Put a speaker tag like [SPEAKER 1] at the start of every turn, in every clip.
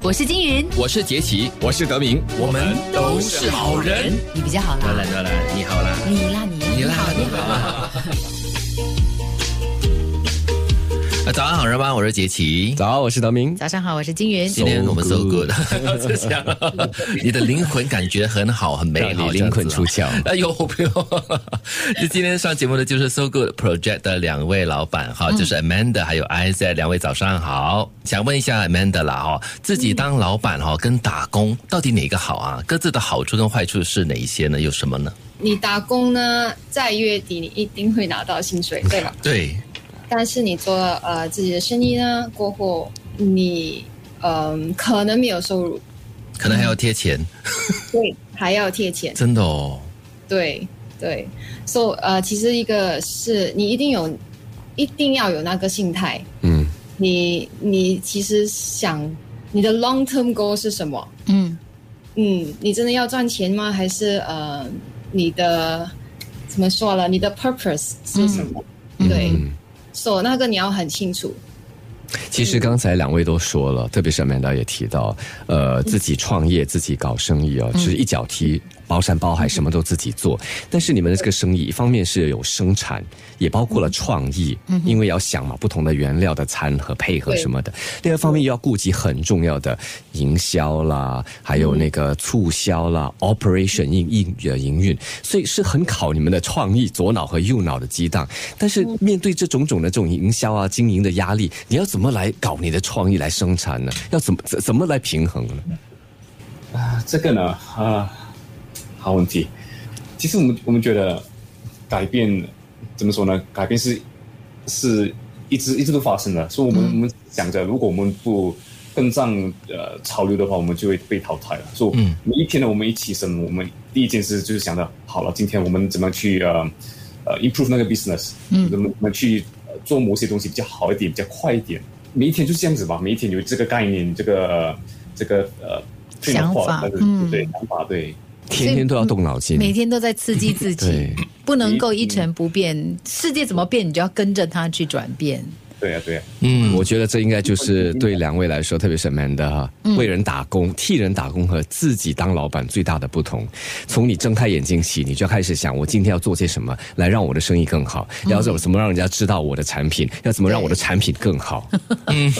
[SPEAKER 1] 我是金云，
[SPEAKER 2] 我是杰奇，
[SPEAKER 3] 我是德明，
[SPEAKER 2] 我们都是好人。
[SPEAKER 1] 你比较好
[SPEAKER 2] 当
[SPEAKER 1] 啦
[SPEAKER 2] 然，当然，你好啦，
[SPEAKER 1] 你啦你啦
[SPEAKER 2] 你啦
[SPEAKER 1] 好，
[SPEAKER 2] 你 好啊早安，好人帮，我是杰奇。
[SPEAKER 3] 早，我是德明。
[SPEAKER 1] 早上好，我是金云。
[SPEAKER 2] 今天我们 so
[SPEAKER 3] So
[SPEAKER 2] good，
[SPEAKER 3] good
[SPEAKER 2] 就这 样你的灵魂感觉很好，很美
[SPEAKER 3] 让
[SPEAKER 2] 好，
[SPEAKER 3] 你灵魂出
[SPEAKER 2] 这样子啊
[SPEAKER 3] 窍
[SPEAKER 2] 哎呦，不用。 就今天上节目的就是 So Good Project 的两位老板
[SPEAKER 3] 嗯
[SPEAKER 2] 哈，就是 Amanda 还有 Isaac，两位早上好。想问一下 Amanda 啦哈，自己当老板
[SPEAKER 3] 嗯
[SPEAKER 2] 哈跟打工到底哪个好啊？各自的好处跟坏处是哪一些呢？有什么呢？
[SPEAKER 4] 你打工呢，在月底你一定会拿到薪水，对吧？
[SPEAKER 2] 对，
[SPEAKER 4] 但是你做呃自己的生意呢，过后你嗯、可能没有收入，
[SPEAKER 2] 可能还要贴
[SPEAKER 3] 嗯
[SPEAKER 2] 钱，
[SPEAKER 4] 对，还要贴钱，
[SPEAKER 2] 真的哦。
[SPEAKER 4] 对对。所、so, 呃，其实一个是你一定有，一定要有那个心态，
[SPEAKER 3] 嗯，
[SPEAKER 4] 你你其实想你的 long term goal 是什么？
[SPEAKER 1] 嗯，
[SPEAKER 4] 嗯，你真的要赚钱吗？还是呃你的怎么说了？你的 purpose 是什么？对。
[SPEAKER 3] 嗯
[SPEAKER 4] 所、那个你要很清楚。
[SPEAKER 3] 其实刚才两位都说了，特别是 Amanda 也提到，呃，自己创业、自己搞生意啊，就是一脚踢，包山包海，什么都自己做。但是你们的这个生意，一方面是有生产，也包括了创意，因为要想嘛不同的原料的掺和、配合
[SPEAKER 4] 对
[SPEAKER 3] 什么的。另一方面又要顾及很重要的营销啦，还有那个促销啦、operation 营营呃营运，所以是很考你们的创意，左脑和右脑的激荡。但是面对这种种的这种营销啊、经营的压力，你要怎么来搞你的创意来生产呢？要怎么怎怎么来平衡呢？
[SPEAKER 5] 啊，这个呢，啊，好问题。其实我们我们觉得改变怎么说呢？改变是是一直一直都发生的，所以我
[SPEAKER 1] 嗯
[SPEAKER 5] 们、我们想着，如果我们不跟上呃潮流的话，我们就会被淘汰了。所以
[SPEAKER 2] 嗯
[SPEAKER 5] 每一天呢，我们一起身，我们第一件事就是想着，好了，今天我们怎么去呃呃 improve 那个 business，
[SPEAKER 1] 嗯
[SPEAKER 5] 怎么怎么去呃做某些东西比较好一点，比较快一点。每一天就是这样子吧，每一天有这个概念，这个呃这个呃
[SPEAKER 1] 想法
[SPEAKER 5] 对
[SPEAKER 1] 嗯
[SPEAKER 5] 对想法对，
[SPEAKER 3] 天天都要动脑筋，
[SPEAKER 1] 每天都在刺激自己
[SPEAKER 3] 对，
[SPEAKER 1] 不能够一成不变。世界怎么变，你就要跟着它去转变。
[SPEAKER 5] 对啊对啊，
[SPEAKER 2] 嗯，
[SPEAKER 3] 我觉得这应该就是对两位来说，特别是 Amanda 哈，为人打工、替人打工和自己当老板最大的不同。从你睁开眼睛起，你就要开始想，我今天要做些什么来让我的生意更好，要怎么怎么让人家知道我的产品，要怎么让我的产品更好。
[SPEAKER 4] 对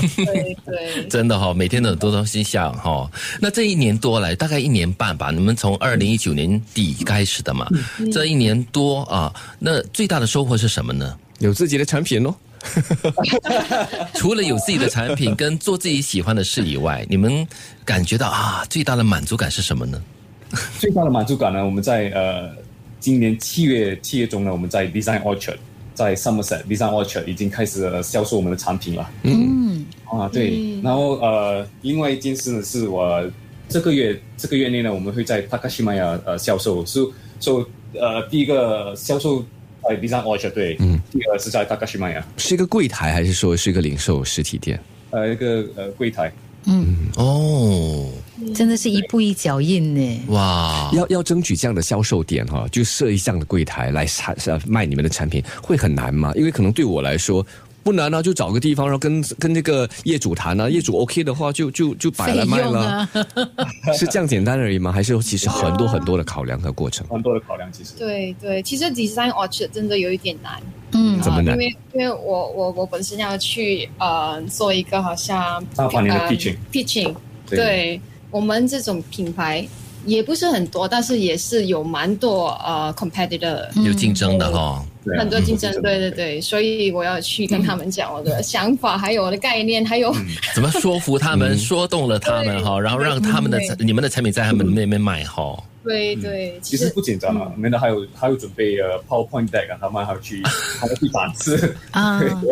[SPEAKER 4] 对，
[SPEAKER 2] 真的哈、每天都有很多东西想哈、那这一年多来，大概一年半吧，你们从二零一九年底开始的嘛，这一年多啊，那最大的收获是什么呢？
[SPEAKER 3] 有自己的产品哦，
[SPEAKER 2] 除了有自己的产品跟做自己喜欢的事以外，你们感觉到啊，最大的满足感是什么呢？
[SPEAKER 5] 最大的满足感呢，我们在呃今年七月七月中呢，我们在 Design Orchard 在 Somerset Design Orchard 已经开始呃销售我们的产品了。
[SPEAKER 1] 嗯
[SPEAKER 5] 啊，对。然后呃，另外一件事呢，是我这个月这个月内呢，我们会在 Takashimaya 呃销售，是所以呃第一个销售在 Design Orchard 对，嗯，第二是在 Takashimaya
[SPEAKER 3] 是一个柜台还是说是一个零售实体店？
[SPEAKER 5] 呃一个呃柜台。
[SPEAKER 1] 嗯，
[SPEAKER 2] 哦，
[SPEAKER 1] 真的是一步一脚印呢。
[SPEAKER 2] 哇，
[SPEAKER 3] 要要争取这样的销售点哈、就设一这样的柜台来产呃卖你们的产品，会很难吗？因为可能对我来说。不难啊，就找个地方，然后跟跟那个业主谈啊，业主 OK 的话就，就就摆来
[SPEAKER 1] 费
[SPEAKER 3] 卖
[SPEAKER 1] 用
[SPEAKER 3] 了，
[SPEAKER 1] 啊，
[SPEAKER 3] 是这样简单而已吗？还是其实很多很多的考量和过程？
[SPEAKER 5] 很多的考量，其实。
[SPEAKER 4] 对对，其实 design orchard 真的有一点难，
[SPEAKER 1] 嗯
[SPEAKER 3] 怎么
[SPEAKER 4] 啊
[SPEAKER 3] 难
[SPEAKER 4] 因为因为我我我本身要去呃做一个好像
[SPEAKER 5] 大华年的
[SPEAKER 4] 呃
[SPEAKER 5] pitching
[SPEAKER 4] pitching，
[SPEAKER 5] 对
[SPEAKER 4] 对我们这种品牌也不是很多，但是也是有蛮多呃 competitor，
[SPEAKER 2] 有竞争的哈、
[SPEAKER 5] 对啊
[SPEAKER 4] 很多竞争，对对
[SPEAKER 5] 对。嗯
[SPEAKER 4] 对，所以我要去跟他们讲我的想法，还有我的概念，还有
[SPEAKER 2] 怎么说服他们，说动了他们哈、然后让他们的产你们的产品在他们那边卖哈、
[SPEAKER 4] 对对，
[SPEAKER 5] 嗯其实不简单啊，我
[SPEAKER 4] 嗯
[SPEAKER 5] 们的还有还有准备呃 PowerPoint deck 啊，他们还要去还要去打字，
[SPEAKER 1] 啊，
[SPEAKER 4] 嗯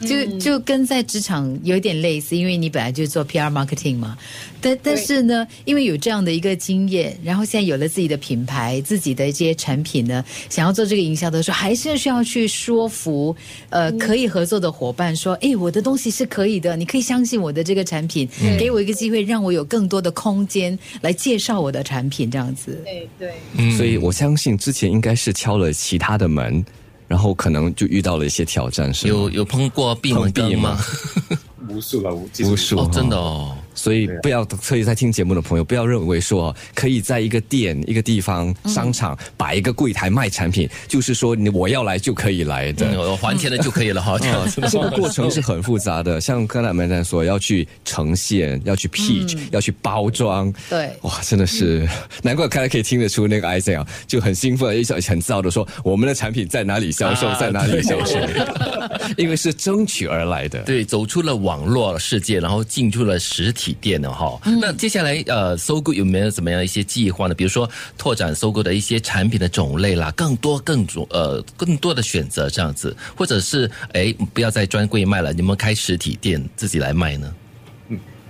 [SPEAKER 1] 就就跟在职场有点类似，因为你本来就是做 PR marketing 嘛，但但是呢，因为有这样的一个经验，然后现在有了自己的品牌、自己的这些产品呢，想要做这个营销的时候，还是需要去说服呃
[SPEAKER 4] 嗯
[SPEAKER 1] 可以合作的伙伴说，哎，我的东西是可以的，你可以相信我的这个产品，
[SPEAKER 4] 嗯
[SPEAKER 1] 给我一个机会，让我有更多的空间来介绍我的产品，这样子。
[SPEAKER 4] 对对
[SPEAKER 5] 嗯
[SPEAKER 3] 所以我相信之前应该是敲了其他的门，然后可能就遇到了一些挑战，是吗
[SPEAKER 2] 有有碰过闭门
[SPEAKER 3] 碰
[SPEAKER 2] 羹
[SPEAKER 3] 壁
[SPEAKER 2] 吗
[SPEAKER 3] 吗？
[SPEAKER 5] 无数了，无
[SPEAKER 3] 无
[SPEAKER 5] 无
[SPEAKER 3] 数
[SPEAKER 2] 哦，真的哦，
[SPEAKER 3] 所以
[SPEAKER 5] 对啊
[SPEAKER 3] 不要特意在听节目的朋友，不要认为说可以在一个店、一个地方、商场摆一个柜台卖产品，就是说你我要来就可以来的。
[SPEAKER 2] 嗯我还钱了就可以了哈，
[SPEAKER 1] 嗯
[SPEAKER 2] 这样子
[SPEAKER 3] 这个过程是很复杂的，像刚才我们说，要去呈现，要去 pitch，、要去包装。
[SPEAKER 1] 对
[SPEAKER 3] 哇，真的是，难怪刚才可以听得出那个 i s a 啊，就很兴奋，一小很自豪的说，我们的产品在哪里销售，
[SPEAKER 2] 啊
[SPEAKER 3] 在哪里销售，因为是争取而来的。
[SPEAKER 2] 对，走出了网络世界，然后进入了实体店了哈。
[SPEAKER 1] 嗯
[SPEAKER 2] 那接下来呃，搜狗有没有怎么样一些计划呢？比如说拓展搜狗的一些产品的种类啦，更多更种呃更多的选择这样子，或者是哎不要在专柜卖了，你们开实体店自己来卖呢？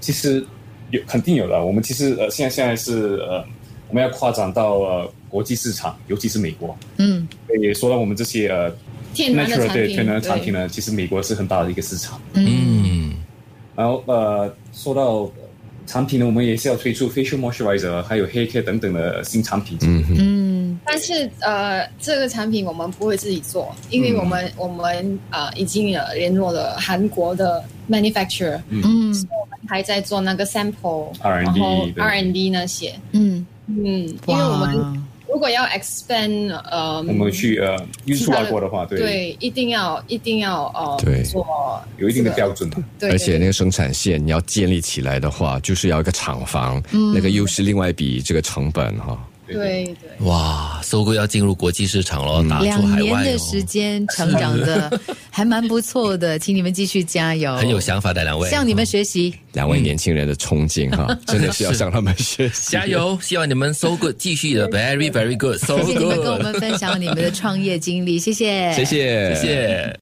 [SPEAKER 5] 其实有肯定有的。我们其实呃，现在现在是呃，我们要扩展到呃国际市场，尤其是美国。
[SPEAKER 1] 嗯，
[SPEAKER 5] 也说到我们这些呃
[SPEAKER 4] 天然的
[SPEAKER 5] natural
[SPEAKER 4] 产
[SPEAKER 5] 对
[SPEAKER 4] 品，
[SPEAKER 5] 天然的产品呢，其实美国是很大的一个市场。
[SPEAKER 2] 嗯，
[SPEAKER 5] 然后呃，说到呃产品呢，我们也是要推出 facial moisturizer，还有 hair care 等等的新产品。
[SPEAKER 3] 嗯哼，
[SPEAKER 1] 嗯
[SPEAKER 4] 但是呃，这个产品我们不会自己做，因
[SPEAKER 5] 嗯
[SPEAKER 4] 为我们、我们啊、呃、已经呃联络了韩国的 manufacturer，
[SPEAKER 1] 嗯
[SPEAKER 4] 还在做那个 sample，
[SPEAKER 5] R&D
[SPEAKER 4] 然后
[SPEAKER 5] 对
[SPEAKER 4] R&D 那些，
[SPEAKER 1] 嗯，
[SPEAKER 4] 嗯，因为我们如果要 expand 呃，
[SPEAKER 5] 我们去呃运输外国的话，
[SPEAKER 4] 对
[SPEAKER 5] 对，
[SPEAKER 4] 一定要一定要呃
[SPEAKER 3] 对
[SPEAKER 4] 做
[SPEAKER 5] 有一定的
[SPEAKER 4] 这个
[SPEAKER 5] 标准的。
[SPEAKER 4] 对，
[SPEAKER 3] 而且那个生产线你要建立起来的话，就是要一个厂房，那个又是另外一笔这个成本哈、
[SPEAKER 4] 对对对
[SPEAKER 2] 哇，搜狗要进入国际市场了，打出
[SPEAKER 1] 两
[SPEAKER 2] 海
[SPEAKER 1] 年
[SPEAKER 2] 外
[SPEAKER 1] 的
[SPEAKER 2] 哦。
[SPEAKER 1] 时间成长 的还蛮不错的，请你们继续加油，
[SPEAKER 2] 很有想法的两位，
[SPEAKER 1] 向你们学习。
[SPEAKER 3] 两位年轻人的冲劲哈、真的是要向他们学习。
[SPEAKER 2] 加！油！希望你们 so good 继续 的 very very good so
[SPEAKER 1] 谢谢你们跟我
[SPEAKER 2] good，
[SPEAKER 1] 们分享你们的创业经历，谢谢，
[SPEAKER 3] 谢谢，
[SPEAKER 2] 谢谢。